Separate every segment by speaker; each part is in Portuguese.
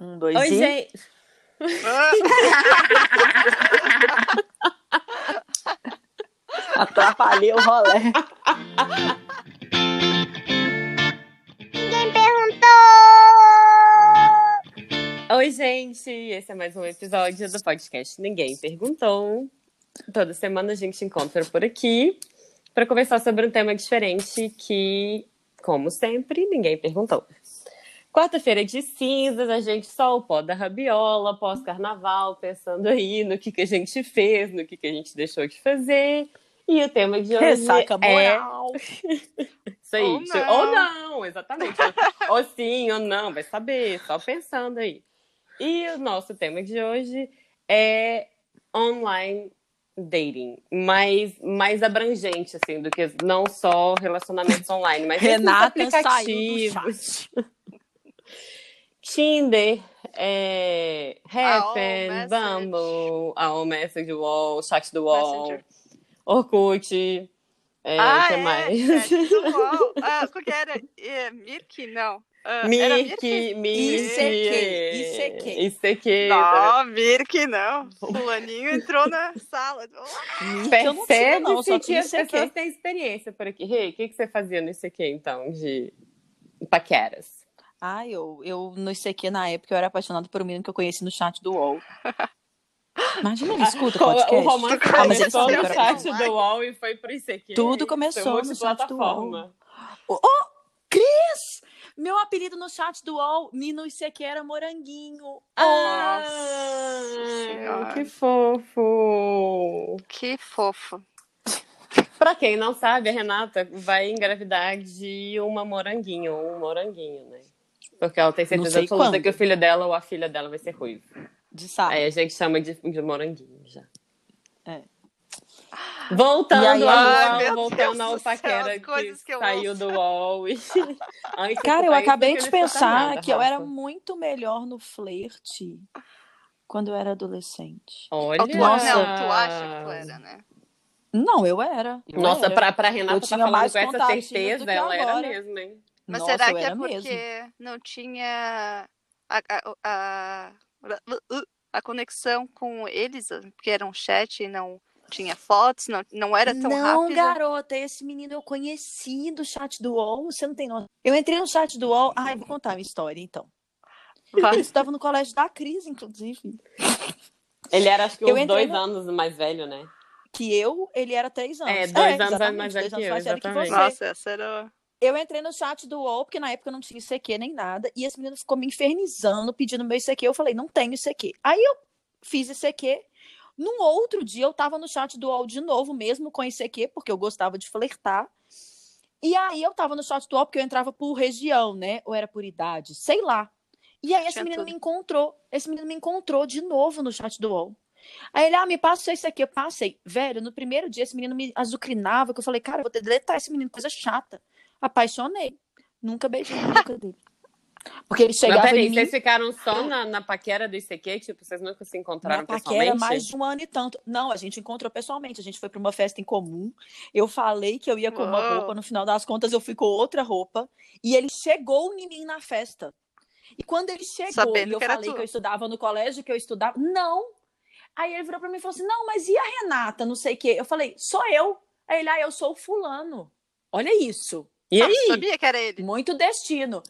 Speaker 1: Um, dois
Speaker 2: Oi,
Speaker 1: e...
Speaker 2: gente.
Speaker 1: Atrapalhei o rolê.
Speaker 3: Ninguém perguntou!
Speaker 2: Oi, gente. Esse é mais um episódio do podcast Ninguém Perguntou. Toda semana a gente encontra por aqui para conversar sobre um tema diferente que, como sempre, ninguém perguntou. Quarta-feira de cinzas, a gente só o pó da rabiola, pós-carnaval, pensando aí no que, que a gente fez, no que, que a gente deixou de fazer. E o tema de hoje
Speaker 1: Ressaca
Speaker 2: é
Speaker 1: moral.
Speaker 2: Isso aí.
Speaker 3: Ou
Speaker 2: Isso-
Speaker 3: não.
Speaker 2: Ou não, exatamente. ou sim, ou não, vai saber, só pensando aí. E o nosso tema de hoje é online dating, mas mais abrangente, assim, do que não só relacionamentos online, mas esses
Speaker 1: Renata saiu do
Speaker 2: aplicativos.
Speaker 1: chat.
Speaker 2: Tinder, é, Happen,
Speaker 3: AOL
Speaker 2: Bumble, AOL Message Wall, Chat do Wall,
Speaker 3: Messenger.
Speaker 2: Orkut, é,
Speaker 3: ah,
Speaker 2: o que
Speaker 3: é,
Speaker 2: mais?
Speaker 3: é, tudo bom. Ah, qual que era? É, Mirk? Não. Ah, era Mirk?
Speaker 2: Mirk, Mirk,
Speaker 1: ICQ, ICQ.
Speaker 2: ICQ.
Speaker 3: Não, Mirk não. Fulaninho entrou na sala.
Speaker 1: Eu não tinha, não, eu só
Speaker 2: Percebe-se que
Speaker 1: tinha
Speaker 2: as
Speaker 1: ICQ.
Speaker 2: pessoas têm experiência por aqui. Rê, o que, que você fazia no ICQ, então, de paqueras?
Speaker 1: Ai, eu, eu não sei que na época eu era apaixonada por um menino que eu conheci no chat do UOL. Imagina, ele escuta o
Speaker 2: o
Speaker 1: podcast.
Speaker 2: romance
Speaker 1: Ah, mas ele
Speaker 2: começou
Speaker 1: sabe
Speaker 2: no
Speaker 1: agora.
Speaker 2: chat do UOL e foi pro ICQ.
Speaker 1: Tudo
Speaker 2: Foi
Speaker 1: começou no chat do UOL.
Speaker 2: multiplataforma.
Speaker 1: Cris! Meu apelido no chat do UOL, Nino ICQ era Moranguinho.
Speaker 2: Ah,
Speaker 3: Senhora.
Speaker 2: que fofo!
Speaker 3: Que fofo.
Speaker 2: Pra quem não sabe, a Renata vai engravidar de uma moranguinho, ou um moranguinho, né? Porque ela tem
Speaker 1: Não
Speaker 2: certeza
Speaker 1: sei
Speaker 2: absoluta
Speaker 1: quando.
Speaker 2: que o filho dela ou a filha dela vai ser ruivo.
Speaker 1: De sabe.
Speaker 2: Aí a gente chama de, de moranguinho já.
Speaker 1: É. E aí,
Speaker 2: Voltando ao
Speaker 3: ai, meu
Speaker 2: UOL,
Speaker 3: Deus
Speaker 2: voltando
Speaker 3: do
Speaker 2: ao
Speaker 3: céu,
Speaker 2: paquera
Speaker 3: as coisas
Speaker 2: que,
Speaker 3: que eu
Speaker 2: saiu do UOL. E... Antes
Speaker 1: Cara,
Speaker 2: que
Speaker 1: eu
Speaker 2: saísse,
Speaker 1: acabei
Speaker 2: eu
Speaker 1: de
Speaker 2: queria escutar
Speaker 1: pensar
Speaker 2: nada,
Speaker 1: que eu era
Speaker 2: Rafa.
Speaker 1: muito melhor no flerte quando eu era adolescente.
Speaker 2: Olha!
Speaker 3: Ou tu, não, tu acha que tu é? era, né?
Speaker 1: Não, eu era. Eu
Speaker 2: Nossa,
Speaker 1: era.
Speaker 2: pra, pra Renata
Speaker 1: Eu
Speaker 2: tá
Speaker 1: tinha
Speaker 2: falando
Speaker 1: mais
Speaker 2: com essa
Speaker 1: contatinho do que
Speaker 2: certeza, ela era
Speaker 1: agora.
Speaker 2: mesmo, hein?
Speaker 3: Mas
Speaker 1: Nossa,
Speaker 3: será
Speaker 1: eu
Speaker 3: que
Speaker 1: era
Speaker 3: é porque
Speaker 1: mesmo.
Speaker 3: não tinha a, a, a, a conexão com eles? Porque era um chat e não tinha fotos, não, não era tão
Speaker 1: não,
Speaker 3: rápido.
Speaker 1: garota, esse menino eu conheci do chat do UOL, você não tem noção. Eu entrei no chat do UOL, ai, vou contar a minha história então. Eu estudava no colégio da Cris, inclusive.
Speaker 2: Ele era, acho que,
Speaker 1: Eu
Speaker 2: uns
Speaker 1: entrei
Speaker 2: dois
Speaker 1: no-
Speaker 2: anos mais velho, né?
Speaker 1: Que eu, ele era três anos.
Speaker 2: É, dois anos
Speaker 1: exatamente,
Speaker 2: mais
Speaker 1: dois
Speaker 2: velho que
Speaker 1: anos
Speaker 2: eu,
Speaker 1: mais velho que
Speaker 2: exatamente.
Speaker 1: você.
Speaker 3: Nossa, essa era.
Speaker 1: Eu entrei no chat do UOL, porque na época eu não tinha ICQ nem nada, e esse menino ficou me infernizando, pedindo meu ICQ. Eu falei, não tenho ICQ. Aí eu fiz ICQ. Num outro dia, eu tava no chat do UOL de novo, mesmo com ICQ, porque eu gostava de flertar. E aí eu tava no chat do UOL, porque eu entrava por região, né? Ou era por idade, sei lá. E aí esse
Speaker 3: Tinha
Speaker 1: menino
Speaker 3: tudo.
Speaker 1: me encontrou. Esse menino me encontrou de novo no chat do UOL. Aí ele, ah, me passa isso aqui. Eu passei. Velho, no primeiro dia esse menino me azucrinava, que eu falei, cara, eu vou deletar esse menino, coisa chata. Apaixonei. Nunca beijei na boca dele. Porque ele
Speaker 2: Mas
Speaker 1: chegava
Speaker 2: peraí,
Speaker 1: em mim,
Speaker 2: vocês ficaram só na, na paquera do ICQ? Tipo, vocês nunca se encontraram
Speaker 1: na paquera,
Speaker 2: pessoalmente?
Speaker 1: mais de um ano e tanto. Não, a gente encontrou pessoalmente. A gente foi para uma festa em comum. Eu falei que eu ia com uma
Speaker 3: Uau.
Speaker 1: roupa, no final das contas eu fui com outra roupa. E ele chegou em mim na festa. E quando ele chegou,
Speaker 3: Sabendo
Speaker 1: e eu
Speaker 3: que era
Speaker 1: falei
Speaker 3: tu.
Speaker 1: que eu estudava no colégio, que eu estudava. Não! Aí ele virou para mim e falou assim: não, mas e a Renata? Não sei o quê. Eu falei, sou eu. Aí ele, ah, eu sou o fulano. Olha isso.
Speaker 2: E
Speaker 3: Ah,
Speaker 2: aí?
Speaker 3: sabia que era ele.
Speaker 1: Muito destino.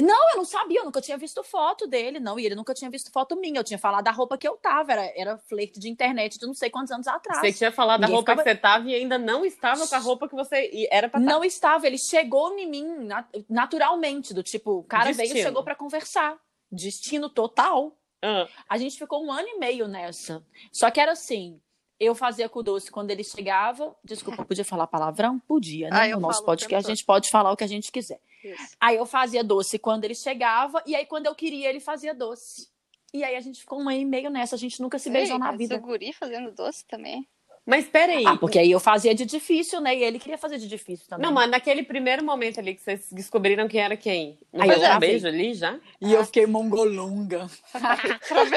Speaker 1: Não, eu não sabia, eu nunca tinha visto foto dele, não. E ele nunca tinha visto foto minha. Eu tinha falado da roupa que eu tava. Era, era flerte de internet de não sei quantos anos atrás.
Speaker 2: Você tinha falado da
Speaker 1: Ninguém
Speaker 2: roupa
Speaker 1: ficava-
Speaker 2: que você tava e ainda não estava com a roupa que você e era pra tá- estar.
Speaker 1: Não estava, ele chegou em mim na- naturalmente, do tipo, o cara veio e
Speaker 2: Destino.
Speaker 1: chegou pra conversar. Destino total.
Speaker 2: Ah,
Speaker 1: A gente ficou um ano e meio nessa. Só que era assim, eu fazia com o doce quando ele chegava. Desculpa, podia falar palavrão? Podia, né?
Speaker 3: Ah, eu
Speaker 1: no nosso
Speaker 3: falo o tempo
Speaker 1: podcast, a
Speaker 3: todo.
Speaker 1: gente pode falar o que a gente quiser.
Speaker 3: Isso.
Speaker 1: Aí eu fazia doce quando ele chegava, e aí quando eu queria, ele fazia doce. E aí a gente ficou um ano e meio nessa, a gente nunca se beijou
Speaker 3: Ei,
Speaker 1: na
Speaker 3: mas
Speaker 1: vida.
Speaker 3: O guri fazendo doce também.
Speaker 2: Mas peraí.
Speaker 1: Ah, porque aí eu fazia de difícil, né? E ele queria fazer de difícil também.
Speaker 2: Não, mas naquele primeiro momento ali que vocês descobriram quem era quem. Não
Speaker 1: Aí
Speaker 2: foi
Speaker 1: eu
Speaker 2: um
Speaker 1: gravei.
Speaker 2: beijo ali já?
Speaker 1: E eu fiquei mongolunga.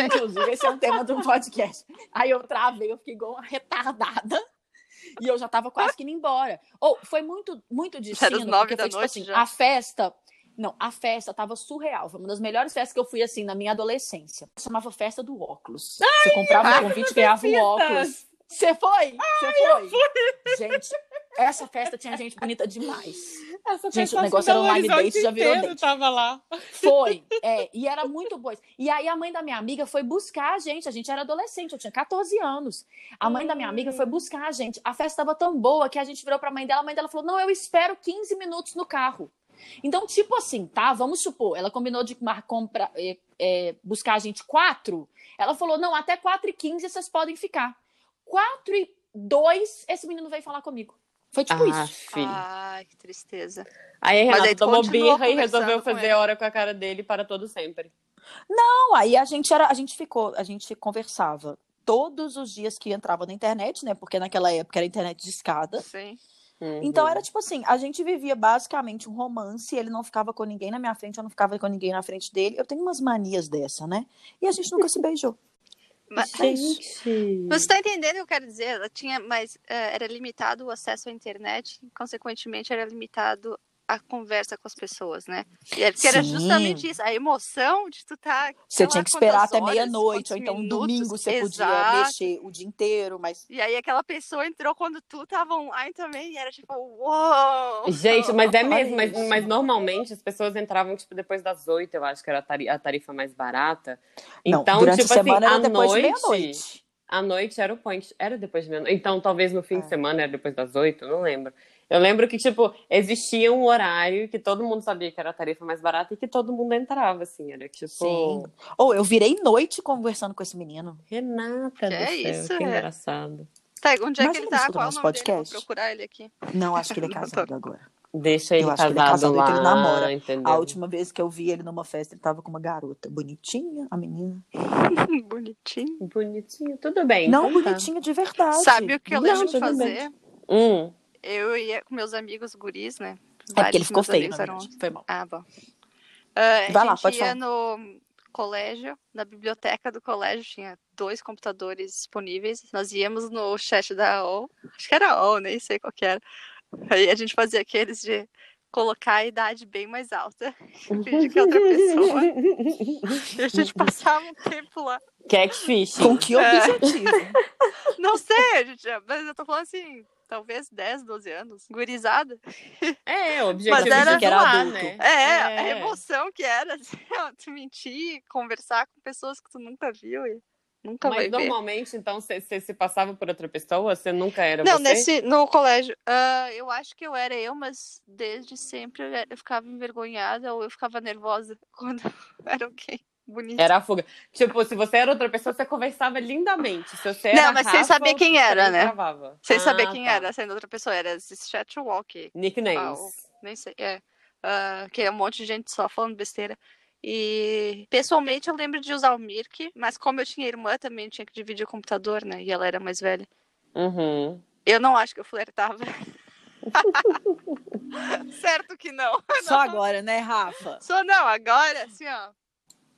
Speaker 1: Inclusive, esse é um tema do podcast. Aí eu travei, eu fiquei igual uma retardada. E eu já tava quase que indo embora. Ou foi muito, muito
Speaker 3: Já era
Speaker 1: destino,
Speaker 3: as nove
Speaker 1: porque
Speaker 3: da
Speaker 1: foi tipo
Speaker 3: noite
Speaker 1: assim,
Speaker 3: já.
Speaker 1: a festa Não, a festa tava surreal. Foi uma das melhores festas que eu fui, assim, na minha adolescência. Chamava Festa do Óculos. você comprava
Speaker 2: ai,
Speaker 1: um convite,
Speaker 2: você
Speaker 1: ganhava um
Speaker 2: fez
Speaker 1: óculos. Você foi? Você foi? Gente, essa festa tinha gente bonita demais.
Speaker 2: Essa
Speaker 1: Gente,
Speaker 2: pessoa
Speaker 1: o negócio
Speaker 2: de Belo
Speaker 1: era um Ah, live
Speaker 2: Horizonte
Speaker 1: date, já virou
Speaker 2: inteiro
Speaker 1: date.
Speaker 2: tava lá.
Speaker 1: Foi, é, e era muito boa. E aí a mãe da minha amiga foi buscar a gente, a gente era adolescente, eu tinha 14 anos. A mãe da minha amiga foi buscar a gente. A festa estava tão boa que a gente virou para a mãe dela, a mãe dela falou: "Não, eu espero 15 minutos no carro". Então, tipo assim, tá? Vamos supor, ela combinou de mar- compra, é, é, buscar a gente 4. Ela falou: "Não, até 4 e 15 vocês podem ficar". 4 e 2, esse menino veio falar comigo. Foi tipo
Speaker 2: ah,
Speaker 1: isso.
Speaker 2: filho.
Speaker 3: Ai, que tristeza.
Speaker 2: Aí
Speaker 3: Mas
Speaker 2: Renato
Speaker 3: aí tu
Speaker 2: tomou
Speaker 3: continuou
Speaker 2: birra e
Speaker 3: conversando
Speaker 2: resolveu
Speaker 3: com
Speaker 2: fazer
Speaker 3: ele.
Speaker 2: hora com a cara dele para todo sempre.
Speaker 1: Não, aí a gente era, a gente ficou, a gente conversava todos os dias que entrava na internet, né? Porque naquela época era internet de escada.
Speaker 3: Sim.
Speaker 1: Então era tipo assim, a gente vivia basicamente um romance, ele não ficava com ninguém na minha frente, eu não ficava com ninguém na frente dele. Eu tenho umas manias dessa, né? E a gente nunca se beijou.
Speaker 3: Mas,
Speaker 2: Uhum.
Speaker 1: é isso.
Speaker 3: você tá entendendo o que eu quero dizer? Ela tinha, mas eh, era limitado o acesso à internet, e, consequentemente era limitado a conversa com as pessoas, né? E era, que era
Speaker 1: Sim.
Speaker 3: justamente isso, a emoção de tu tá.
Speaker 1: Você
Speaker 3: sei lá
Speaker 1: tinha que esperar
Speaker 3: quantas
Speaker 1: até
Speaker 3: horas,
Speaker 1: meia-noite,
Speaker 3: quantos
Speaker 1: ou então
Speaker 3: minutos,
Speaker 1: domingo você
Speaker 3: exato.
Speaker 1: podia mexer o dia inteiro, mas
Speaker 3: E aí aquela pessoa entrou quando tu tava online também e era tipo, uou!
Speaker 2: Gente, mas é mesmo, mas,
Speaker 1: isso.
Speaker 2: mas normalmente as pessoas entravam, tipo, depois das oito, eu acho que era a tari- a tarifa mais barata.
Speaker 1: não,
Speaker 2: então,
Speaker 1: durante
Speaker 2: tipo
Speaker 1: a semana era
Speaker 2: assim, à
Speaker 1: depois
Speaker 2: noite,
Speaker 1: de meia-noite.
Speaker 2: À noite era o point. Era depois de meia-noite. Então, talvez no fim
Speaker 1: É.
Speaker 2: de semana era depois das oito, não lembro. Eu lembro que, tipo, existia um horário que todo mundo sabia que era a tarifa mais barata e que todo mundo entrava, assim. Era tipo.
Speaker 1: Sim. Ou eu virei noite conversando com esse menino.
Speaker 2: Renata
Speaker 3: Que
Speaker 2: do céu,
Speaker 3: isso,
Speaker 2: que
Speaker 3: é?
Speaker 2: engraçado.
Speaker 3: Tá, onde é
Speaker 1: Imagina
Speaker 3: que ele
Speaker 1: ele
Speaker 3: tá?
Speaker 1: escuta
Speaker 3: Qual é o
Speaker 1: nosso
Speaker 3: nome dele?
Speaker 1: podcast.
Speaker 3: Vou procurar ele aqui.
Speaker 1: Não, acho que ele é
Speaker 3: Não tô-
Speaker 1: casado agora.
Speaker 2: Deixa ele
Speaker 1: Eu acho que ele
Speaker 2: casado,
Speaker 1: é casado e
Speaker 2: lá,
Speaker 1: que ele namora.
Speaker 2: Entendeu?
Speaker 1: A última vez que eu vi ele numa festa, ele tava com uma garota bonitinha, a menina.
Speaker 3: Bonitinho.
Speaker 2: Bonitinho, tudo bem.
Speaker 1: não
Speaker 2: então tá.
Speaker 1: bonitinha de verdade.
Speaker 3: Sabe o que eu
Speaker 2: Não,
Speaker 3: lembro de
Speaker 2: tudo bem.
Speaker 1: É
Speaker 3: fazer?
Speaker 2: Hum,
Speaker 3: Eu ia com meus amigos guris, né?
Speaker 1: É porque ele
Speaker 3: Vários
Speaker 1: ficou
Speaker 3: meus
Speaker 1: feio,
Speaker 3: amigos
Speaker 1: na
Speaker 3: eram-
Speaker 1: verdade. Foi mal.
Speaker 3: Ah, bom. Ah, a
Speaker 1: Vai lá,
Speaker 3: gente
Speaker 1: pode
Speaker 3: ia
Speaker 1: falar.
Speaker 3: no colégio, na biblioteca do colégio, tinha dois computadores disponíveis. Nós íamos no chat da AOL, acho que era AOL, nem sei qual que era. Aí a gente fazia aqueles de colocar a idade bem mais alta, fingir que é outra pessoa. E a gente passava um tempo lá.
Speaker 2: catfish.
Speaker 1: Com que objetivo?
Speaker 3: Não sei, gente, mas eu tô falando assim, talvez 10, 12 anos, gurizada.
Speaker 2: É, o objetivo
Speaker 3: Mas era
Speaker 2: de que era
Speaker 1: zoar,
Speaker 2: adulto.
Speaker 1: né?
Speaker 3: É, a
Speaker 2: É.
Speaker 3: emoção que era assim, ó, tu mentir, conversar com pessoas que tu nunca viu e nunca vai
Speaker 2: Mas
Speaker 3: ver.
Speaker 2: normalmente, então, você você se passava por outra pessoa? Você nunca era
Speaker 3: Não,
Speaker 2: você?
Speaker 3: nesse, no colégio, ah, eu acho que eu era eu, mas desde sempre eu era- eu ficava envergonhada ou eu ficava nervosa quando era alguém bonito.
Speaker 2: Era a fuga. Tipo, se você era outra pessoa, você conversava lindamente. Se você
Speaker 3: Não,
Speaker 2: era
Speaker 3: mas sem
Speaker 2: Rafa,
Speaker 3: saber quem
Speaker 2: você
Speaker 3: era,
Speaker 2: não
Speaker 3: né?
Speaker 2: travava.
Speaker 3: Sem
Speaker 2: Ah,
Speaker 3: saber quem
Speaker 2: tá.
Speaker 3: era, sendo outra pessoa, era esse chat walk,
Speaker 2: Nicknames.
Speaker 3: Ah, o- nem sei, é. Ah, que é um monte de gente só falando besteira. E pessoalmente eu lembro de usar o Mirk, mas como eu tinha irmã também, eu tinha que dividir o computador, né? E ela era mais velha.
Speaker 2: Uhum.
Speaker 3: Eu não acho que eu flertava. certo que não.
Speaker 1: Só agora, né, Rafa?
Speaker 3: Só não, agora, assim, ó.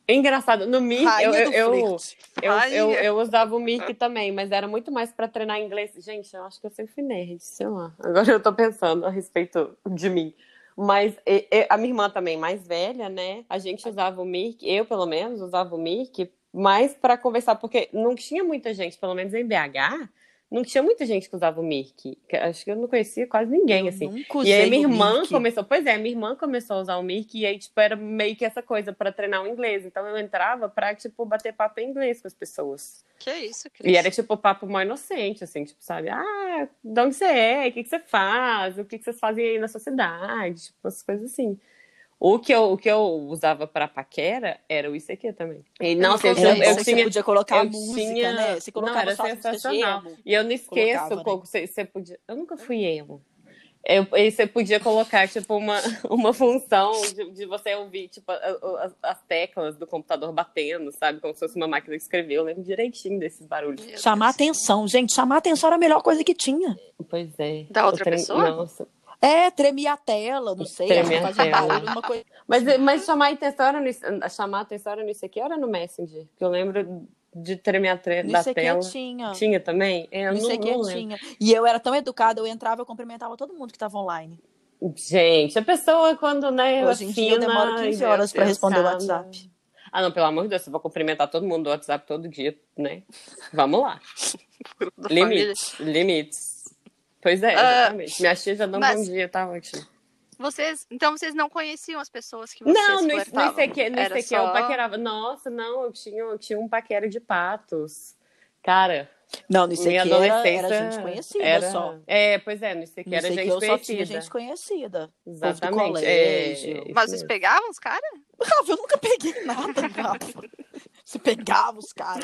Speaker 2: Engraçado, no Mi,
Speaker 3: Rainha
Speaker 2: eu, eu,
Speaker 3: do
Speaker 2: eu, eu,
Speaker 3: Rainha.
Speaker 2: eu- eu usava o Mirk também, mas era muito mais pra treinar inglês. Gente, eu acho que eu sempre fui nerd, sei lá. Agora eu tô pensando a respeito de mim. Mas e- e- a minha irmã também, mais velha, né? A gente usava o Mirk, eu pelo menos usava o Mirk, mais pra conversar, porque não tinha muita gente, pelo menos em BH, não tinha muita gente que usava o Mirk. Que- Acho que eu não conhecia quase ninguém, assim.
Speaker 1: Nunca
Speaker 2: E aí
Speaker 1: usei
Speaker 2: minha
Speaker 1: o
Speaker 2: irmã
Speaker 1: Mirk.
Speaker 2: começou, pois é, minha irmã começou a usar o Mirk e aí tipo era meio que essa coisa pra treinar o inglês. Então eu entrava pra, tipo bater papo em inglês com as pessoas.
Speaker 3: Que isso, Cris?
Speaker 2: E era tipo papo mais inocente assim, tipo, sabe? Ah, de onde você é? O que que você faz? O que que vocês fazem aí na sua cidade? Tipo, essas coisas assim. O que eu, o que eu usava pra paquera era o ICQ também. E não, eu,
Speaker 3: usei
Speaker 1: Era bom
Speaker 2: eu, eu
Speaker 1: que
Speaker 2: tinha
Speaker 1: você podia colocar a
Speaker 2: eu
Speaker 1: música,
Speaker 2: tinha-
Speaker 1: né? Você colocava
Speaker 2: Não, era
Speaker 1: só a música de
Speaker 2: sensacional.
Speaker 1: emo.
Speaker 2: E eu não esqueço
Speaker 1: Colocava, né?
Speaker 2: como você, você podia. Eu nunca fui emo. Eu, e você podia colocar, tipo, uma, uma função de, de você ouvir, tipo, a- a- as, as teclas do computador batendo, sabe? Como se fosse uma máquina que escrevia. Eu lembro direitinho desses barulhos.
Speaker 3: Meu
Speaker 1: Chamar
Speaker 3: Deus.
Speaker 1: atenção, gente. Chamar atenção era a melhor coisa que tinha.
Speaker 2: Pois é.
Speaker 3: Da outra
Speaker 2: Eu trem-
Speaker 3: pessoa?
Speaker 2: Nossa.
Speaker 1: É, tremia a tela, não sei. acho que
Speaker 2: Tremia a
Speaker 1: fazia
Speaker 2: tela.
Speaker 1: barulho, uma coisa.
Speaker 2: Mas, mas chamar a atenção era no, chamar atenção era no ICQ ou era no Messenger? Porque eu lembro de tremer a tre-
Speaker 1: No
Speaker 2: da
Speaker 1: ICQ
Speaker 2: tela.
Speaker 1: tinha.
Speaker 2: Tinha também? Eu
Speaker 1: No
Speaker 2: não,
Speaker 1: ICQ
Speaker 2: não lembro.
Speaker 1: tinha. E eu era tão educada, eu entrava, eu cumprimentava todo mundo que tava online.
Speaker 2: Gente, a pessoa quando, né,
Speaker 1: Hoje em dia eu
Speaker 2: afina,
Speaker 1: demoro 15 horas pra
Speaker 2: Deus,
Speaker 1: responder o
Speaker 2: sabe?
Speaker 1: WhatsApp.
Speaker 2: Ah, não, pelo amor de Deus, eu vou cumprimentar todo mundo do WhatsApp todo dia, né? Vamos lá.
Speaker 3: grupo da família.
Speaker 2: Limites, limites. Pois é,
Speaker 3: Ah,
Speaker 2: exatamente. Minha tia já dá um
Speaker 3: mas-
Speaker 2: bom dia, tá ótimo.
Speaker 3: Vocês, então vocês não conheciam as pessoas que vocês
Speaker 2: Não, no
Speaker 3: flertavam?
Speaker 2: ICQ, no
Speaker 3: Era
Speaker 2: ICQ
Speaker 3: só-
Speaker 2: eu um paquerava. Nossa, não, eu tinha, eu tinha um paquera de patos. Cara,
Speaker 1: Não, no ICQ
Speaker 2: minha
Speaker 1: era,
Speaker 2: adolescência...
Speaker 1: era gente conhecida
Speaker 2: era-
Speaker 1: só.
Speaker 2: É, pois é, no ICQ
Speaker 1: No
Speaker 2: era
Speaker 1: ICQ
Speaker 2: gente
Speaker 1: eu só tinha
Speaker 2: conhecida.
Speaker 1: gente conhecida.
Speaker 2: Exatamente.
Speaker 1: colégio.
Speaker 2: é, isso
Speaker 3: Mas vocês pegavam os caras?
Speaker 1: Rafa, eu nunca peguei nada, Rafa. Você pegava os caras.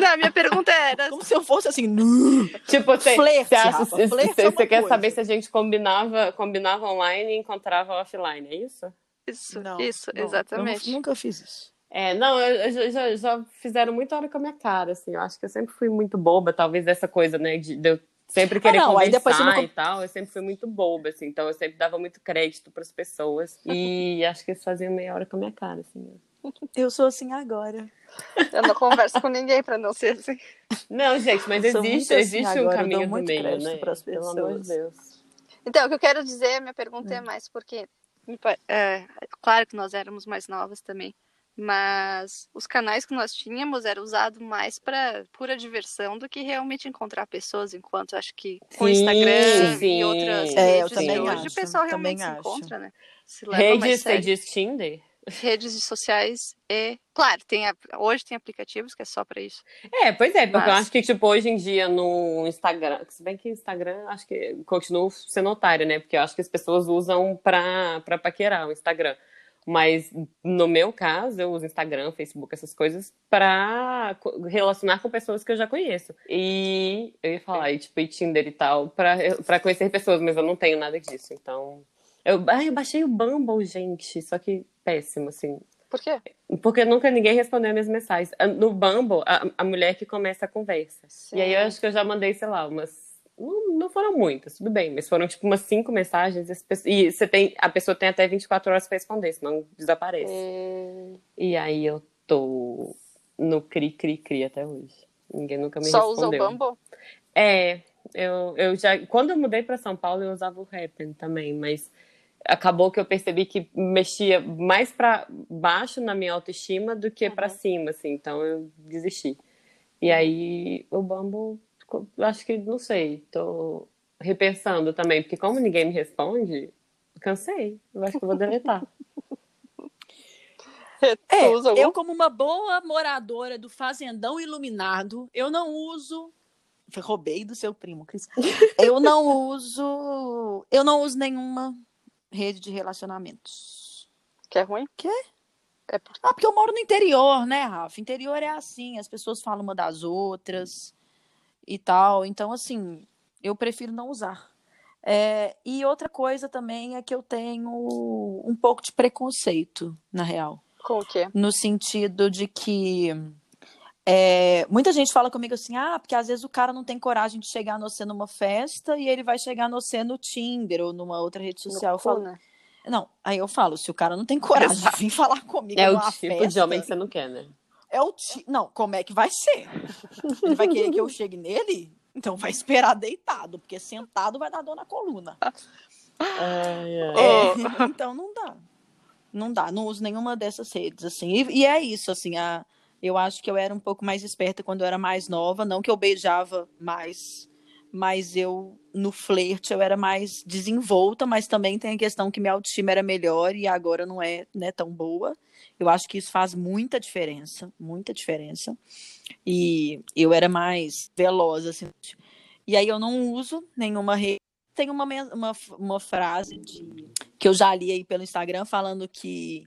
Speaker 3: Não, a minha pergunta era.
Speaker 1: Como se eu fosse assim. nu.
Speaker 2: Tipo, você,
Speaker 1: Flerte,
Speaker 2: você, acha,
Speaker 1: Rafa,
Speaker 2: você,
Speaker 1: flerte
Speaker 2: você-
Speaker 1: é uma
Speaker 2: você quer
Speaker 1: coisa.
Speaker 2: saber se a gente combinava, combinava online e encontrava offline, é isso?
Speaker 3: Isso,
Speaker 1: Não,
Speaker 3: isso,
Speaker 1: não,
Speaker 3: exatamente.
Speaker 1: Eu nunca fiz isso.
Speaker 2: É, não, eu, eu já- já, já fizeram muita hora com a minha cara, assim. Eu acho que eu sempre fui muito boba, talvez essa coisa, né, de, de eu sempre querer
Speaker 1: Ah, não, aí
Speaker 2: conversar
Speaker 1: depois você não
Speaker 2: e tal. Eu sempre fui muito boba, assim. Então eu sempre dava muito crédito pras pessoas. E acho que eles faziam meia hora com a minha cara, assim.
Speaker 1: Eu sou assim agora.
Speaker 3: Eu não converso com ninguém pra não ser assim.
Speaker 2: Não, gente, mas
Speaker 1: Eu sou muito
Speaker 2: existe,
Speaker 1: assim
Speaker 2: existe um
Speaker 1: agora, eu
Speaker 2: caminho
Speaker 1: dou
Speaker 2: do
Speaker 1: muito
Speaker 2: meio,
Speaker 1: crédito
Speaker 2: né?
Speaker 1: pras
Speaker 2: Pelo amor de
Speaker 1: pessoas.
Speaker 2: Deus.
Speaker 3: Então, o que eu quero dizer, minha pergunta é mais porque, me pa- é, claro que nós éramos mais novas também, mas os canais que nós tínhamos era usado mais para pura diversão do que realmente encontrar pessoas, enquanto acho que com o
Speaker 2: Sim,
Speaker 3: Instagram
Speaker 2: sim.
Speaker 3: e outras
Speaker 1: É, eu
Speaker 3: redes
Speaker 1: também
Speaker 3: de hoje
Speaker 1: acho,
Speaker 3: o pessoal
Speaker 1: também
Speaker 3: realmente se
Speaker 1: acho.
Speaker 3: encontra, né? Se leva mais
Speaker 2: Redes, você
Speaker 3: sério.
Speaker 2: diz Tinder?
Speaker 3: redes sociais e, claro, tem a- hoje tem aplicativos que é só para isso.
Speaker 2: É, pois é, porque eu
Speaker 3: Mas-
Speaker 2: acho que, tipo, hoje em dia no Instagram, se bem que Instagram, acho que continua sendo otário, né? Porque eu acho que as pessoas usam pra, pra paquerar o Instagram. Mas no meu caso, eu uso Instagram, Facebook, essas coisas, pra co- relacionar com pessoas que eu já conheço. E eu ia falar, e, tipo, e Tinder e tal, pra, pra conhecer pessoas, mas eu não tenho nada disso, então. Eu, ah, eu baixei o Bumble, gente, só que péssimo, assim.
Speaker 3: Por quê?
Speaker 2: Porque nunca ninguém respondeu minhas mensagens. Ah, No Bumble, a, a mulher que começa a conversa. E aí eu acho que eu já mandei, sei lá, umas. Não, não foram muitas, tudo bem, mas foram tipo umas cinco mensagens. E, as pessoas- e você tem, a pessoa tem até 24 horas pra responder, senão desaparece.
Speaker 3: É.
Speaker 2: E aí eu tô no cri-cri-cri até hoje. Ninguém nunca me
Speaker 3: Só usa o
Speaker 2: respondeu.
Speaker 3: Bumble?
Speaker 2: É, eu, eu já. Quando eu mudei pra São Paulo, eu usava o Happn também, mas acabou que eu percebi que mexia mais pra baixo na minha autoestima do que pra cima, assim, então eu desisti. E aí o Bumble, ficou- acho que, não sei, tô repensando também, porque como ninguém me responde, cansei, eu acho que eu vou deletar.
Speaker 1: É,
Speaker 3: Tu usa algum?
Speaker 1: eu, como uma boa moradora do Fazendão Iluminado, eu não uso. Roubei do seu primo, Cris. Eu não uso. Eu não uso nenhuma rede de relacionamentos.
Speaker 3: Que é ruim?
Speaker 1: Quê?
Speaker 3: É por-
Speaker 1: Ah, porque eu moro no interior, né, Rafa? Interior é assim, as pessoas falam uma das outras e tal. Então, assim, eu prefiro não usar. É, e outra coisa também é que eu tenho um pouco de preconceito, na real
Speaker 3: Com o quê?
Speaker 1: no sentido de que é, muita gente fala comigo assim, ah, porque às vezes o cara não tem coragem de chegar no você numa festa e ele vai chegar no você no Tinder ou numa outra rede social. Eu
Speaker 3: cu,
Speaker 1: falo,
Speaker 3: né?
Speaker 1: não, aí eu falo, se o cara não tem coragem de vir falar comigo
Speaker 2: É o
Speaker 1: numa
Speaker 2: tipo
Speaker 1: festa,
Speaker 2: de homem que você não quer, né?
Speaker 1: é o ti... Não, como é que vai ser? Ele vai querer que eu chegue nele? Então vai esperar deitado, porque sentado vai dar dor na coluna.
Speaker 2: Ai, ai.
Speaker 1: É, então não dá. Não dá, não uso nenhuma dessas redes, assim. E, e é isso, assim, a, eu acho que eu era um pouco mais esperta quando eu era mais nova, não que eu beijava mais, mas eu, no flerte, eu era mais desenvolta, mas também tem a questão que minha autoestima era melhor e agora não é né, tão boa. Eu acho que isso faz muita diferença, muita diferença. E eu era mais veloz, assim. E aí eu não uso nenhuma rede. Tem uma, men- uma, f- uma frase de- que eu já li aí pelo Instagram falando que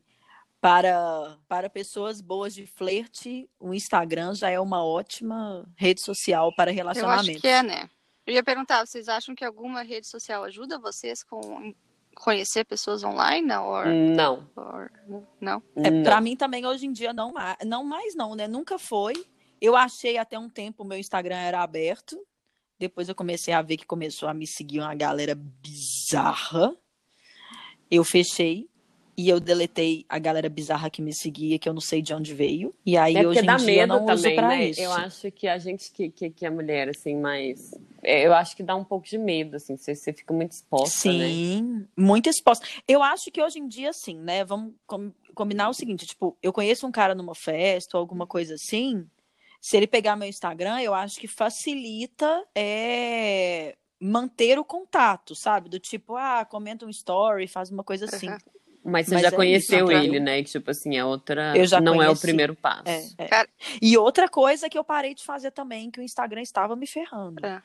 Speaker 1: para, para pessoas boas de flerte, o Instagram já é uma ótima rede social para
Speaker 3: Eu acho
Speaker 1: relacionamentos.
Speaker 3: que é, né? Eu ia perguntar, vocês acham que alguma rede social ajuda vocês com conhecer pessoas online? Não, or,
Speaker 1: Hum.
Speaker 2: Não.
Speaker 3: or- não?
Speaker 1: É,
Speaker 2: não.
Speaker 1: para mim também hoje em dia não mais, não mais não, né? Nunca foi. Eu achei até um tempo o meu Instagram era aberto. Depois eu comecei a ver que começou a me seguir uma galera bizarra. Eu fechei e eu deletei a galera bizarra que me seguia, que eu não sei de onde veio. E aí
Speaker 2: É
Speaker 1: hoje
Speaker 2: porque
Speaker 1: em
Speaker 2: dá
Speaker 1: dia eu
Speaker 2: medo
Speaker 1: não uso
Speaker 2: também,
Speaker 1: pra
Speaker 2: né?
Speaker 1: isso.
Speaker 2: Eu acho que a gente que, que, que é mulher, assim, mais é, eu acho que dá um pouco de medo, assim, você, você fica muito exposta, né?
Speaker 1: Sim, muito exposta. Eu acho que hoje em dia, assim, né? Vamos com- combinar o seguinte: tipo, eu conheço um cara numa festa ou alguma coisa assim. Se ele pegar meu Instagram, eu acho que facilita é, manter o contato, sabe? Do tipo, ah, comenta um story, faz uma coisa assim.
Speaker 3: Aham.
Speaker 2: Mas você
Speaker 1: Mas é
Speaker 2: já
Speaker 1: isso,
Speaker 2: conheceu
Speaker 1: pra-
Speaker 2: ele, né? Que, tipo assim, é outra...
Speaker 1: Eu já
Speaker 2: não é o
Speaker 1: conheci.
Speaker 2: primeiro passo.
Speaker 1: É, é.
Speaker 3: Cara-
Speaker 1: E outra coisa que eu parei de fazer também, que o Instagram estava me ferrando.
Speaker 3: É.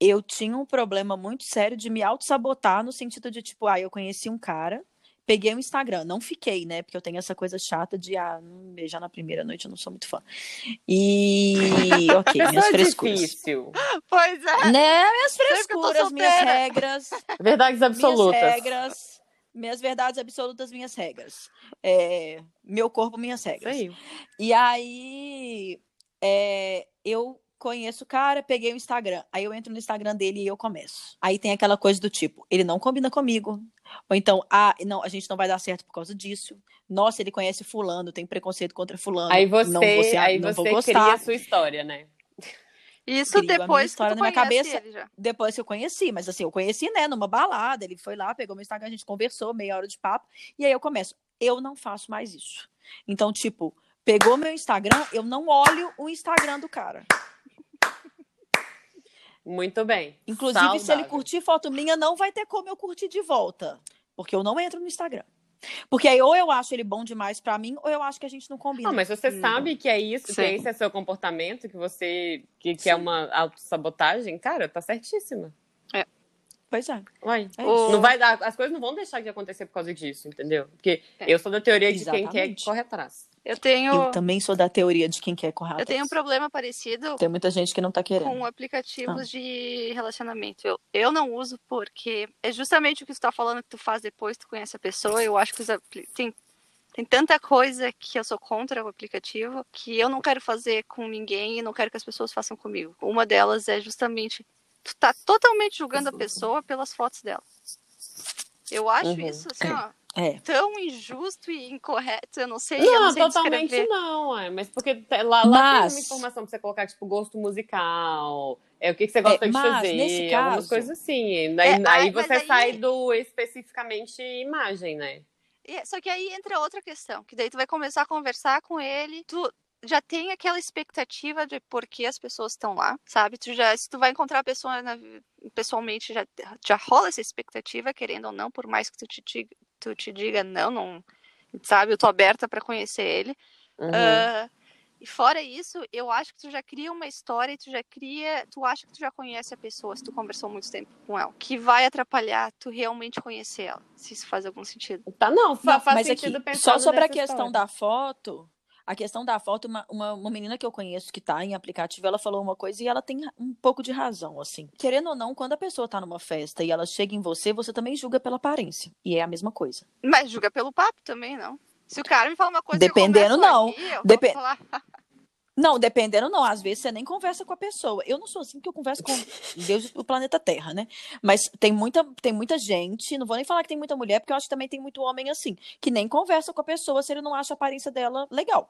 Speaker 1: Eu tinha um problema muito sério de me auto-sabotar no sentido de, tipo, ah, eu conheci um cara, peguei o Instagram, não fiquei, né? Porque eu tenho essa coisa chata de, ah, hum, beijar na primeira noite, eu não sou muito fã. E, ok, minhas
Speaker 2: Pessoa
Speaker 1: frescuras.
Speaker 2: difícil.
Speaker 3: Pois é.
Speaker 1: Né, minhas
Speaker 3: Sempre que eu tô
Speaker 1: frescuras, minhas
Speaker 3: solteira.
Speaker 1: regras,
Speaker 2: Verdades absolutas.
Speaker 1: minhas regras, minhas verdades absolutas, minhas regras. É, meu corpo, minhas
Speaker 2: Isso
Speaker 1: regras.
Speaker 2: aí.
Speaker 1: E aí, é, eu conheço o cara, peguei o Instagram. Aí eu entro no Instagram dele e eu começo. Aí tem aquela coisa do tipo, ele não combina comigo. Ou então, ah, não, a gente não vai dar certo por causa disso. Nossa, ele conhece fulano, tem preconceito contra fulano.
Speaker 2: Aí você,
Speaker 1: não vou ser-
Speaker 2: aí
Speaker 1: não vou
Speaker 2: você cria a
Speaker 1: gostar.
Speaker 2: sua história, né?
Speaker 3: Isso
Speaker 1: Crio a minha
Speaker 3: depois que
Speaker 1: história
Speaker 3: tu
Speaker 1: na minha
Speaker 3: conhece
Speaker 1: cabeça.
Speaker 3: ele já.
Speaker 1: Depois que eu conheci, mas assim, eu conheci, né, numa balada, ele foi lá, pegou meu Instagram, a gente conversou, meia hora de papo, e aí eu começo. Eu não faço mais isso. Então, tipo, pegou meu Instagram, eu não olho o Instagram do cara.
Speaker 2: Muito bem.
Speaker 1: Inclusive, se ele
Speaker 2: Saudável.
Speaker 1: curtir foto minha, não vai ter como eu curtir de volta. Porque eu não entro no Instagram. Porque aí ou eu acho ele bom demais pra mim, ou eu acho que a gente não combina.
Speaker 2: Não, mas você
Speaker 3: Hum.
Speaker 2: sabe que é isso, que
Speaker 3: Sim.
Speaker 2: esse é seu comportamento, que você. que, que é
Speaker 1: Sim.
Speaker 2: uma autossabotagem, cara, tá certíssima.
Speaker 1: Pois é.
Speaker 2: Uai.
Speaker 1: é
Speaker 3: O-
Speaker 1: isso.
Speaker 2: Não vai dar, as coisas não vão deixar de acontecer por causa disso, entendeu? Porque
Speaker 3: É.
Speaker 2: eu sou da teoria de quem quer
Speaker 1: Exatamente.
Speaker 2: corre atrás.
Speaker 3: Eu tenho,
Speaker 1: Eu também sou da teoria de quem quer correr
Speaker 3: eu tenho um
Speaker 1: atrás.
Speaker 3: problema parecido
Speaker 1: Tem muita gente que não tá querendo.
Speaker 3: com aplicativos
Speaker 2: Ah.
Speaker 3: de relacionamento. Eu, eu não uso porque é justamente o que tu tá falando que tu faz depois, tu conhece a pessoa. Eu acho que os apli- tem, tem tanta coisa que eu sou contra o aplicativo que eu não quero fazer com ninguém e não quero que as pessoas façam comigo. Uma delas é justamente tu tá totalmente julgando a pessoa pelas fotos dela. Eu acho
Speaker 2: Uhum.
Speaker 3: isso assim, ó,
Speaker 1: É.
Speaker 3: tão injusto e incorreto. Eu não sei, eu não
Speaker 2: Não,
Speaker 3: sei
Speaker 2: totalmente
Speaker 3: descrever.
Speaker 2: não, ué. Mas porque te- lá, lá tem
Speaker 1: Mas-
Speaker 2: uma informação pra você colocar, tipo, gosto musical, é, o que, que você gosta
Speaker 1: É,
Speaker 2: de
Speaker 1: mas,
Speaker 2: fazer,
Speaker 1: nesse
Speaker 2: algumas
Speaker 1: caso-
Speaker 2: coisas assim. Aí,
Speaker 3: É,
Speaker 2: aí
Speaker 3: ai, mas
Speaker 2: você
Speaker 3: aí-
Speaker 2: sai do especificamente imagem, né?
Speaker 3: E- é, Só que aí entra outra questão, que daí tu vai começar a conversar com ele, tu já tem aquela expectativa de por que as pessoas estão lá, sabe? Tu já, se tu vai encontrar a pessoa na vi- pessoalmente, já, já rola essa expectativa, querendo ou não, por mais que tu te diga, tu te diga não, não, sabe? Eu tô aberta pra conhecer ele.
Speaker 1: Uhum.
Speaker 3: Ah, e fora isso, eu acho que tu já cria uma história e tu já cria. Tu acha que tu já conhece a pessoa se tu conversou muito tempo com ela. Que vai atrapalhar tu realmente conhecer ela, se isso faz algum sentido.
Speaker 2: Tá, não, fa-
Speaker 1: Não,
Speaker 2: faz
Speaker 1: mas
Speaker 2: sentido
Speaker 1: aqui,
Speaker 2: pensar
Speaker 1: só sobre a
Speaker 2: nessa
Speaker 1: questão
Speaker 2: história.
Speaker 1: da foto, a questão da foto, uma, uma, uma menina que eu conheço que tá em aplicativo, ela falou uma coisa e ela tem um pouco de razão, assim. Querendo ou não, quando a pessoa tá numa festa e ela chega em você, você também julga pela aparência. E é a mesma coisa.
Speaker 3: Mas julga pelo papo também, não. Se o cara me fala uma coisa
Speaker 1: Dependendo,
Speaker 3: que eu
Speaker 1: não.
Speaker 3: começo a rir, eu
Speaker 1: Depe-
Speaker 3: vou falar,
Speaker 1: Não, dependendo não, às vezes você nem conversa com a pessoa. Eu não sou assim que eu converso com Deus do planeta Terra, né? Mas tem muita, tem muita gente, não vou nem falar que tem muita mulher, porque eu acho que também tem muito homem assim, que nem conversa com a pessoa se ele não acha a aparência dela legal.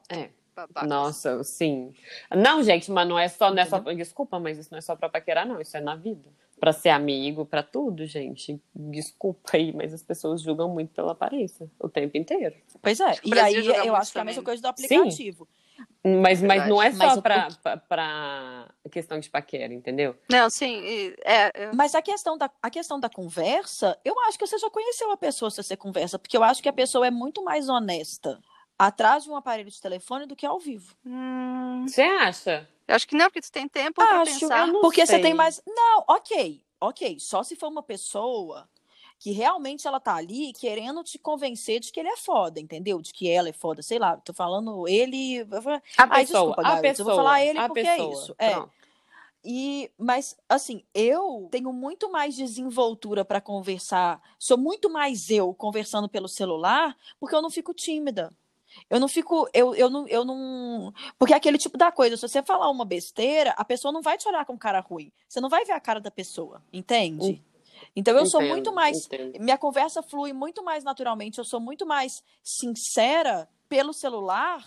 Speaker 3: "Babaca".
Speaker 2: Nossa, sim. Não, gente, mas não é só, não é só. Desculpa, mas isso não é só pra paquerar, não. Isso é na vida. Pra ser amigo, pra tudo, gente. Desculpa aí, mas as pessoas julgam muito pela aparência o tempo inteiro.
Speaker 1: Pois é.
Speaker 3: O
Speaker 1: E aí
Speaker 3: Brasil joga
Speaker 1: eu
Speaker 3: muito
Speaker 1: acho que é a mesma
Speaker 3: também.
Speaker 1: coisa do
Speaker 2: Sim.
Speaker 1: aplicativo.
Speaker 2: Mas, mas
Speaker 3: Verdade.
Speaker 2: não é
Speaker 1: Mas
Speaker 2: só
Speaker 1: o-
Speaker 2: pra, pra, pra questão de paquera, entendeu?
Speaker 3: Não, sim. e- É, é,
Speaker 1: Mas a questão, da, a questão da conversa, eu acho que você já conheceu a pessoa se você conversa, porque eu acho que a pessoa é muito mais honesta atrás de um aparelho de telefone do que ao vivo.
Speaker 3: hum,
Speaker 2: Você acha?
Speaker 3: eu acho que não, porque tu tem tempo pra
Speaker 1: Acho,
Speaker 3: pensar.
Speaker 2: eu não-
Speaker 1: porque
Speaker 2: sei.
Speaker 1: você tem mais. Não, ok, ok. Só se for uma pessoa que realmente ela tá ali querendo te convencer de que ele é foda, entendeu? De que ela é foda, sei lá. Tô falando ele.
Speaker 2: A
Speaker 1: Ai,
Speaker 2: pessoa,
Speaker 1: desculpa,
Speaker 2: a
Speaker 1: garota,
Speaker 2: pessoa.
Speaker 1: eu vou falar ele
Speaker 2: a
Speaker 1: porque é
Speaker 2: pessoa.
Speaker 1: isso, é.
Speaker 2: Pronto.
Speaker 1: E, mas, assim, eu tenho muito mais desenvoltura para conversar. Sou muito mais eu conversando pelo celular, porque eu não fico tímida. Eu não fico. Eu, eu, não, eu não. Porque é aquele tipo da coisa, se você falar uma besteira, a pessoa não vai te olhar com cara ruim. Você não vai ver a cara da pessoa, entende? Então eu sou
Speaker 2: Entendo,
Speaker 1: muito mais
Speaker 2: entendo.
Speaker 1: minha conversa flui muito mais naturalmente, eu sou muito mais sincera pelo celular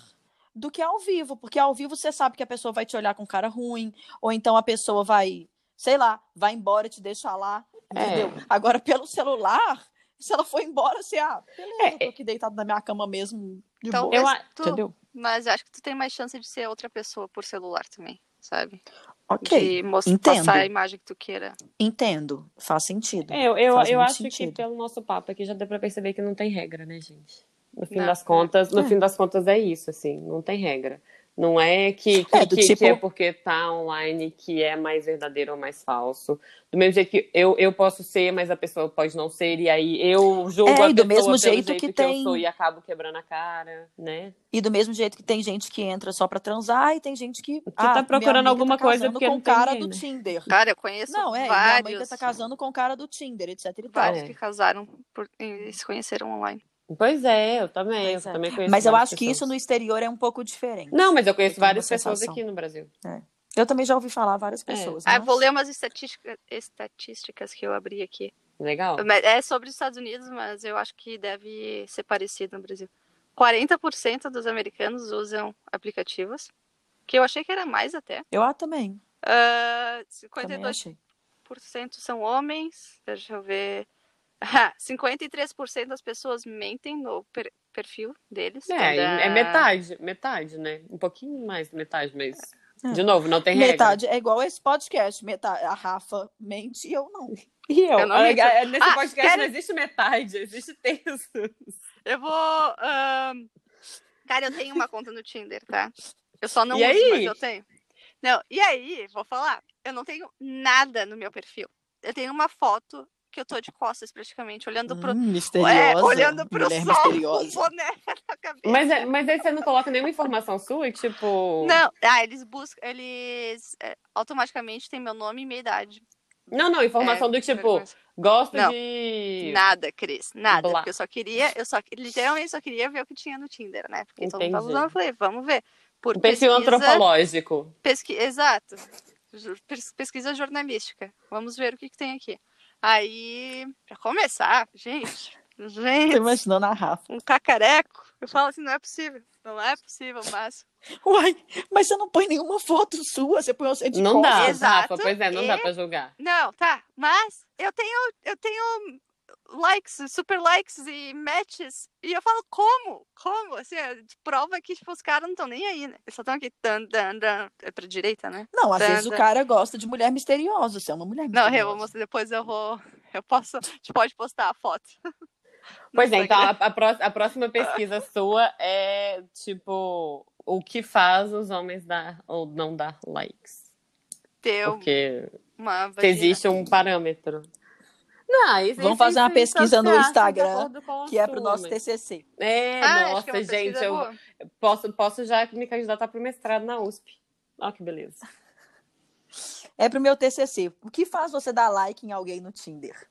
Speaker 1: do que ao vivo, porque ao vivo você sabe que a pessoa vai te olhar com cara ruim, ou então a pessoa vai sei lá, vai embora, te deixa lá,
Speaker 2: É.
Speaker 1: entendeu? Agora, pelo celular, se ela for embora, você, ah, beleza,
Speaker 2: É,
Speaker 1: eu tô
Speaker 2: é.
Speaker 1: aqui deitado na minha cama mesmo, de
Speaker 3: Então,
Speaker 1: boa,
Speaker 2: Eu
Speaker 3: mas
Speaker 2: a-
Speaker 3: tu-
Speaker 1: entendeu?
Speaker 3: mas eu acho que tu tem mais chance de ser outra pessoa por celular também, sabe?
Speaker 1: Ok,
Speaker 3: de mos-
Speaker 1: entendo.
Speaker 3: passar a imagem que tu queira.
Speaker 1: entendo, faz sentido.
Speaker 2: É, eu, eu,
Speaker 1: Faz
Speaker 2: eu
Speaker 1: muito
Speaker 2: acho que
Speaker 1: sentido.
Speaker 2: pelo nosso papo aqui já deu pra perceber que não tem regra, né, gente? No fim
Speaker 3: Não.
Speaker 2: das contas, no
Speaker 1: É.
Speaker 2: fim das contas é isso, assim, não tem regra. Não é que, que,
Speaker 1: É, do
Speaker 2: que-
Speaker 1: tipo-
Speaker 2: que é porque tá online que é mais verdadeiro ou mais falso. Do mesmo jeito que eu, eu posso ser, mas a pessoa pode não ser, e aí eu julgo
Speaker 1: É,
Speaker 2: a
Speaker 1: e do
Speaker 2: pessoa
Speaker 1: mesmo
Speaker 2: pelo
Speaker 1: jeito que
Speaker 2: eu
Speaker 1: tem-
Speaker 2: sou e acabo quebrando a cara, né?
Speaker 1: E do mesmo jeito que tem gente que entra só pra transar, e tem gente que. ah, Que
Speaker 2: tá procurando alguma coisa
Speaker 1: casando
Speaker 2: porque
Speaker 1: com
Speaker 2: não
Speaker 1: o
Speaker 2: tem
Speaker 1: cara
Speaker 2: ninguém,
Speaker 1: do
Speaker 2: né?
Speaker 1: Tinder.
Speaker 3: Cara, eu conheço
Speaker 1: Não, é, e minha mãe
Speaker 3: vários,
Speaker 1: ainda tá casando com o cara do Tinder, etc e tal.
Speaker 3: vários
Speaker 2: É.
Speaker 3: que casaram por- e se conheceram online.
Speaker 2: Pois é, eu também,
Speaker 1: Pois
Speaker 2: eu
Speaker 1: é.
Speaker 2: também conheço
Speaker 1: Mas eu
Speaker 2: várias
Speaker 1: acho que isso
Speaker 2: pessoas.
Speaker 1: no exterior é um pouco diferente.
Speaker 2: Não, mas eu conheço
Speaker 1: Eu tenho
Speaker 2: várias
Speaker 1: uma
Speaker 2: pessoas
Speaker 1: sensação.
Speaker 2: aqui no Brasil.
Speaker 1: Eu também já ouvi falar várias pessoas.
Speaker 3: Ah,
Speaker 1: mas-
Speaker 3: vou ler umas estatística- estatísticas que eu abri aqui.
Speaker 2: Legal?
Speaker 3: Mas É sobre os Estados Unidos, mas eu acho que deve ser parecido no Brasil. 40% dos americanos usam aplicativos, que eu achei que era mais até.
Speaker 1: Eu ah, também.
Speaker 3: Ah,
Speaker 1: Também
Speaker 3: 52%
Speaker 1: achei.
Speaker 3: são homens, deixa eu ver. Ah, 53% das pessoas mentem no per- perfil deles.
Speaker 2: É,
Speaker 3: Então, dá-
Speaker 2: é metade, metade, né? Um pouquinho mais de metade, mas.
Speaker 1: É.
Speaker 2: De novo, não tem regra.
Speaker 1: Metade é igual esse podcast. Metade, a Rafa mente e eu não.
Speaker 3: Hum,
Speaker 2: E eu?
Speaker 3: Eu não minto.
Speaker 2: Ah, Nesse
Speaker 3: Ah,
Speaker 2: podcast
Speaker 3: quero-
Speaker 2: não existe metade, existe terço.
Speaker 3: Eu vou. ahn, Cara, eu tenho uma conta no Tinder, tá? Eu só não
Speaker 2: E
Speaker 3: uso,
Speaker 2: aí?
Speaker 3: mas eu tenho. Não, e aí, vou falar. Eu não tenho nada no meu perfil. Eu tenho uma foto que eu tô de costas praticamente, olhando pro.
Speaker 1: Hum,
Speaker 3: é,
Speaker 1: misteriosa.
Speaker 3: olhando pro
Speaker 1: mulher
Speaker 3: sol, com o
Speaker 1: misteriosa.
Speaker 3: boné na cabeça.
Speaker 2: Mas, é- mas aí você não coloca nenhuma informação sua, e tipo.
Speaker 3: Não, ah, eles buscam. Eles é, automaticamente têm meu nome e minha idade.
Speaker 2: não, não, informação
Speaker 3: É,
Speaker 2: do tipo,
Speaker 3: vergonha.
Speaker 2: gosto
Speaker 3: Não.
Speaker 2: de.
Speaker 3: Nada, Cris, nada.
Speaker 2: Blá.
Speaker 3: Porque eu só queria, eu só literalmente só queria ver o que tinha no Tinder, né? Porque todo mundo tava
Speaker 2: Entendi.
Speaker 3: usando, eu falei, vamos ver. Por
Speaker 2: Um perfil
Speaker 3: pesquisa,
Speaker 2: antropológico.
Speaker 3: Pesqui... Exato. Ju- pes- Pesquisa jornalística. Vamos ver o que, que tem aqui. Aí, pra começar, gente,
Speaker 1: Tô
Speaker 3: gente,
Speaker 1: imaginando a Rafa.
Speaker 3: um cacareco. Eu falo assim, não é possível. Não é possível, mas.
Speaker 1: Uai, mas você não põe nenhuma foto sua, você põe você de
Speaker 2: Não
Speaker 1: costas.
Speaker 2: dá,
Speaker 3: Exato.
Speaker 2: Rafa. Pois é, não
Speaker 3: E-
Speaker 2: dá pra julgar.
Speaker 3: Não, tá. Mas eu tenho, eu tenho likes, super likes e matches. E eu falo, como? Como? Assim, é, prova que tipo, os caras não estão nem aí, né? Eles só estão aqui. Tan, tan, tan. É pra direita, né?
Speaker 1: Não, às
Speaker 3: Tá,
Speaker 1: vezes o
Speaker 3: tá.
Speaker 1: cara gosta de mulher misteriosa. Você é uma mulher
Speaker 3: Não,
Speaker 1: misteriosa.
Speaker 3: eu vou mostrar depois, eu vou. Eu posso. A gente pode postar a foto. no
Speaker 2: Pois é, então
Speaker 3: Instagram.
Speaker 2: a, a pró- a próxima pesquisa sua é tipo o que faz os homens dar ou não dar likes.
Speaker 3: Ter
Speaker 2: Porque
Speaker 3: uma
Speaker 2: se
Speaker 3: vagina.
Speaker 2: existe um parâmetro. Não, existe,
Speaker 1: Vamos fazer uma
Speaker 2: existe,
Speaker 1: pesquisa
Speaker 2: então,
Speaker 1: no
Speaker 2: você acha de
Speaker 1: Instagram,
Speaker 2: acordo com a
Speaker 1: Que é
Speaker 2: sua,
Speaker 1: pro nosso
Speaker 2: mas-
Speaker 1: TCC.
Speaker 2: É,
Speaker 3: né? Ah, acho que é
Speaker 2: nossa,
Speaker 3: uma pesquisa
Speaker 2: gente, eu
Speaker 3: boa.
Speaker 2: posso, posso já me candidatar para o mestrado na USP. Ó, que beleza.
Speaker 1: É pro meu TCC. O que faz você dar like em alguém no Tinder?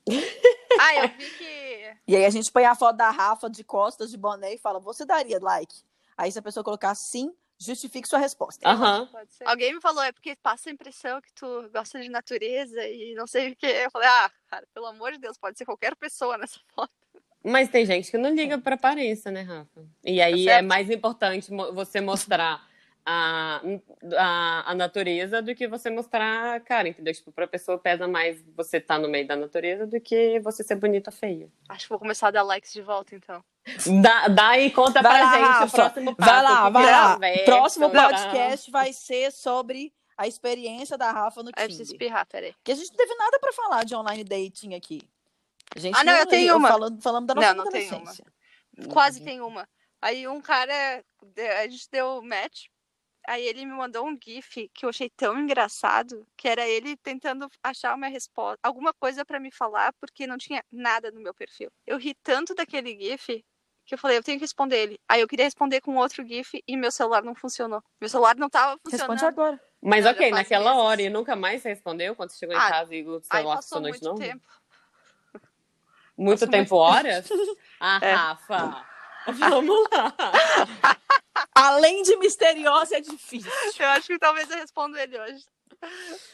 Speaker 3: Ah, eu vi que.
Speaker 1: E aí a gente põe a foto da Rafa de costas, de boné e fala, você daria like? Aí se a pessoa colocar sim, justifique sua resposta.
Speaker 2: Aham.
Speaker 3: Alguém me falou, é porque passa a impressão que tu gosta de natureza e não sei o que. Eu falei, ah, cara, pelo amor de Deus, pode ser qualquer pessoa nessa foto.
Speaker 2: Mas tem gente que não liga para aparência, né, Rafa? E aí
Speaker 3: Tá certo.
Speaker 2: é mais importante mo- você mostrar a, a, a natureza do que você mostrar a cara, entendeu? Tipo, pra pessoa pesa mais você tá no meio da natureza do que você ser bonita ou feia.
Speaker 3: Acho que vou começar a dar likes de volta, então.
Speaker 2: Dá, dá e conta
Speaker 1: Vai
Speaker 2: pra
Speaker 1: lá,
Speaker 2: gente
Speaker 1: Rafa.
Speaker 2: o próximo
Speaker 3: Ah,
Speaker 2: passo.
Speaker 1: Vai lá,
Speaker 2: o que
Speaker 1: vai
Speaker 2: que
Speaker 1: lá.
Speaker 2: conversa,
Speaker 1: Próximo
Speaker 2: tá?
Speaker 1: podcast vai ser sobre a experiência da Rafa no
Speaker 3: Aí eu preciso
Speaker 1: Tinder.
Speaker 3: espirrar, peraí.
Speaker 1: Porque a gente não teve nada pra falar de online dating aqui. A gente
Speaker 3: Ah, não, eu tenho uma.
Speaker 1: Falando, falando da nossa
Speaker 3: Não, não tenho uma.
Speaker 1: adolescência.
Speaker 3: Quase tem uma. Aí um cara, de- a gente deu match, aí ele me mandou um gif que eu achei tão engraçado, que era ele tentando achar uma resposta, alguma coisa pra me falar, porque não tinha nada no meu perfil. Eu ri tanto daquele gif que eu falei, eu tenho que responder ele. Aí eu queria responder com outro gif e meu celular não funcionou. Meu celular não tava funcionando.
Speaker 1: Responde agora.
Speaker 2: Mas
Speaker 3: Não,
Speaker 2: ok,
Speaker 3: já faço
Speaker 2: naquela
Speaker 3: isso.
Speaker 2: hora e nunca mais você respondeu quando você chegou em
Speaker 3: Ah,
Speaker 2: casa e o
Speaker 3: Aí
Speaker 2: celular
Speaker 3: passou
Speaker 2: funcionou de
Speaker 3: muito
Speaker 2: novo?
Speaker 3: tempo.
Speaker 2: Muito
Speaker 3: Passou
Speaker 2: tempo, horas? Ah,
Speaker 3: É.
Speaker 2: Rafa, vamos lá.
Speaker 1: Além de misteriosa, é difícil.
Speaker 3: Eu acho que talvez eu respondo ele hoje.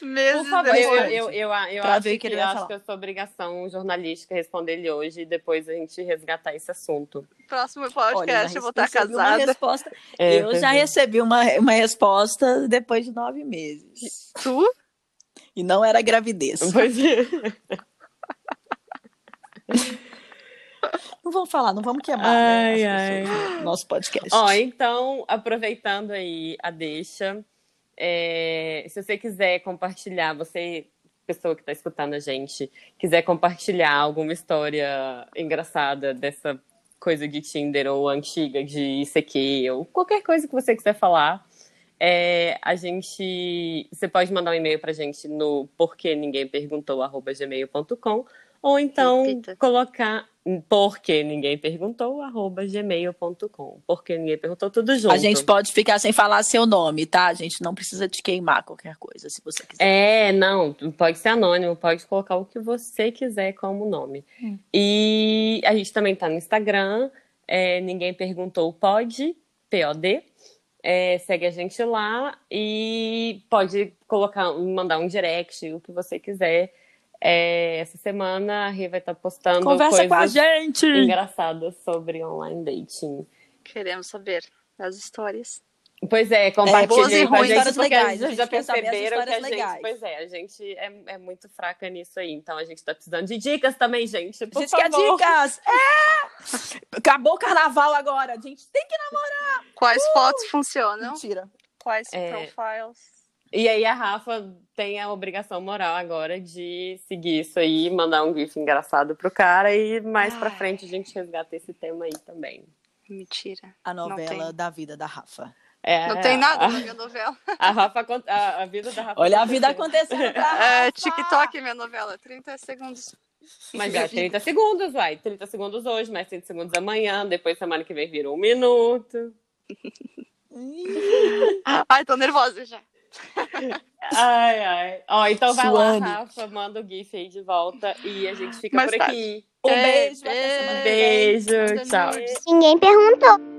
Speaker 3: Meses
Speaker 2: Por favor, eu,
Speaker 3: depois.
Speaker 2: eu, eu, eu, eu
Speaker 1: Pra
Speaker 2: acho,
Speaker 1: ver o
Speaker 2: que,
Speaker 1: que ele
Speaker 2: eu
Speaker 1: vai
Speaker 2: acho
Speaker 1: falar.
Speaker 2: que é sua obrigação jornalística responder ele hoje e depois a gente resgatar esse assunto.
Speaker 3: Próximo
Speaker 1: já
Speaker 3: podcast eu vou estar
Speaker 1: recebi uma
Speaker 3: casada.
Speaker 1: resposta- é. eu já recebi uma, uma resposta depois de nove meses.
Speaker 3: Tu?
Speaker 1: E não era gravidez.
Speaker 2: Pois é.
Speaker 1: Não vamos falar, não vamos queimar
Speaker 2: Ai,
Speaker 1: né,
Speaker 2: ai.
Speaker 1: as pessoas do nosso podcast.
Speaker 2: Ó, então, aproveitando aí a deixa, é, se você quiser compartilhar, você, pessoa que está escutando a gente, quiser compartilhar alguma história engraçada dessa coisa de Tinder ou antiga de ICQ ou qualquer coisa que você quiser falar, é, a gente, você pode mandar um e-mail pra gente no porque ninguém perguntou gmail.com ou então
Speaker 3: Repita.
Speaker 2: colocar porque um ninguém perguntou arroba gmail.com porque ninguém perguntou tudo junto
Speaker 1: a gente pode ficar sem falar seu nome, tá? A gente não precisa te queimar qualquer coisa, se você quiser.
Speaker 2: É, não, pode ser anônimo, pode colocar o que você quiser como nome.
Speaker 1: Hum.
Speaker 2: E a gente também tá no Instagram, é, ninguém perguntou, pode, POD. É, segue a gente lá e pode colocar, mandar um direct, o que você quiser. É, essa semana a Rê vai estar postando
Speaker 1: Conversa com a
Speaker 2: coisas
Speaker 1: gente!
Speaker 2: engraçadas sobre online dating.
Speaker 3: Queremos saber as histórias.
Speaker 2: Pois
Speaker 1: boas e
Speaker 2: é, compartilha aí com a
Speaker 1: ruins,
Speaker 2: gente,
Speaker 1: histórias
Speaker 2: porque
Speaker 1: legais,
Speaker 2: vocês
Speaker 1: a gente
Speaker 2: já
Speaker 1: quer saber as
Speaker 2: perceberam que a
Speaker 1: histórias
Speaker 2: gente,
Speaker 1: legais.
Speaker 2: pois é, a gente é, é muito fraca nisso aí, então a gente tá precisando de dicas também, gente,
Speaker 1: A
Speaker 2: por
Speaker 1: gente quer
Speaker 2: favor.
Speaker 1: dicas! É! Acabou o carnaval agora, a gente tem que
Speaker 3: Quais fotos funcionam?
Speaker 1: Mentira.
Speaker 3: Quais
Speaker 2: É.
Speaker 3: profiles?
Speaker 2: E aí a Rafa tem a obrigação moral agora de seguir isso aí, mandar um gif engraçado pro cara e mais pra
Speaker 3: Ai.
Speaker 2: frente a gente resgata esse tema aí também.
Speaker 3: Mentira.
Speaker 1: A
Speaker 3: Não
Speaker 1: novela
Speaker 3: tem.
Speaker 1: da vida da Rafa.
Speaker 2: É,
Speaker 3: Não tem nada
Speaker 2: A,
Speaker 3: na minha novela.
Speaker 2: a Rafa, con- a, a vida da Rafa.
Speaker 1: Olha a vida
Speaker 2: aconteceu.
Speaker 1: acontecendo pra
Speaker 3: É,
Speaker 1: Rafa.
Speaker 3: TikTok é minha novela, 30 segundos.
Speaker 2: Mas é 30 segundos, vai. 30 segundos hoje, mais 30 segundos amanhã, depois semana que vem vira um minuto.
Speaker 1: Ih,
Speaker 3: Ai, tô nervosa já.
Speaker 2: Ai, ai. Ó, então vai
Speaker 1: Suane.
Speaker 2: lá, Rafa, manda o GIF aí de volta e a gente fica
Speaker 3: Mais
Speaker 2: por
Speaker 3: tarde.
Speaker 2: aqui.
Speaker 1: Um
Speaker 3: É,
Speaker 1: beijo, até
Speaker 3: é,
Speaker 1: semana que vem.
Speaker 2: Beijo, tchau.
Speaker 4: Ninguém perguntou.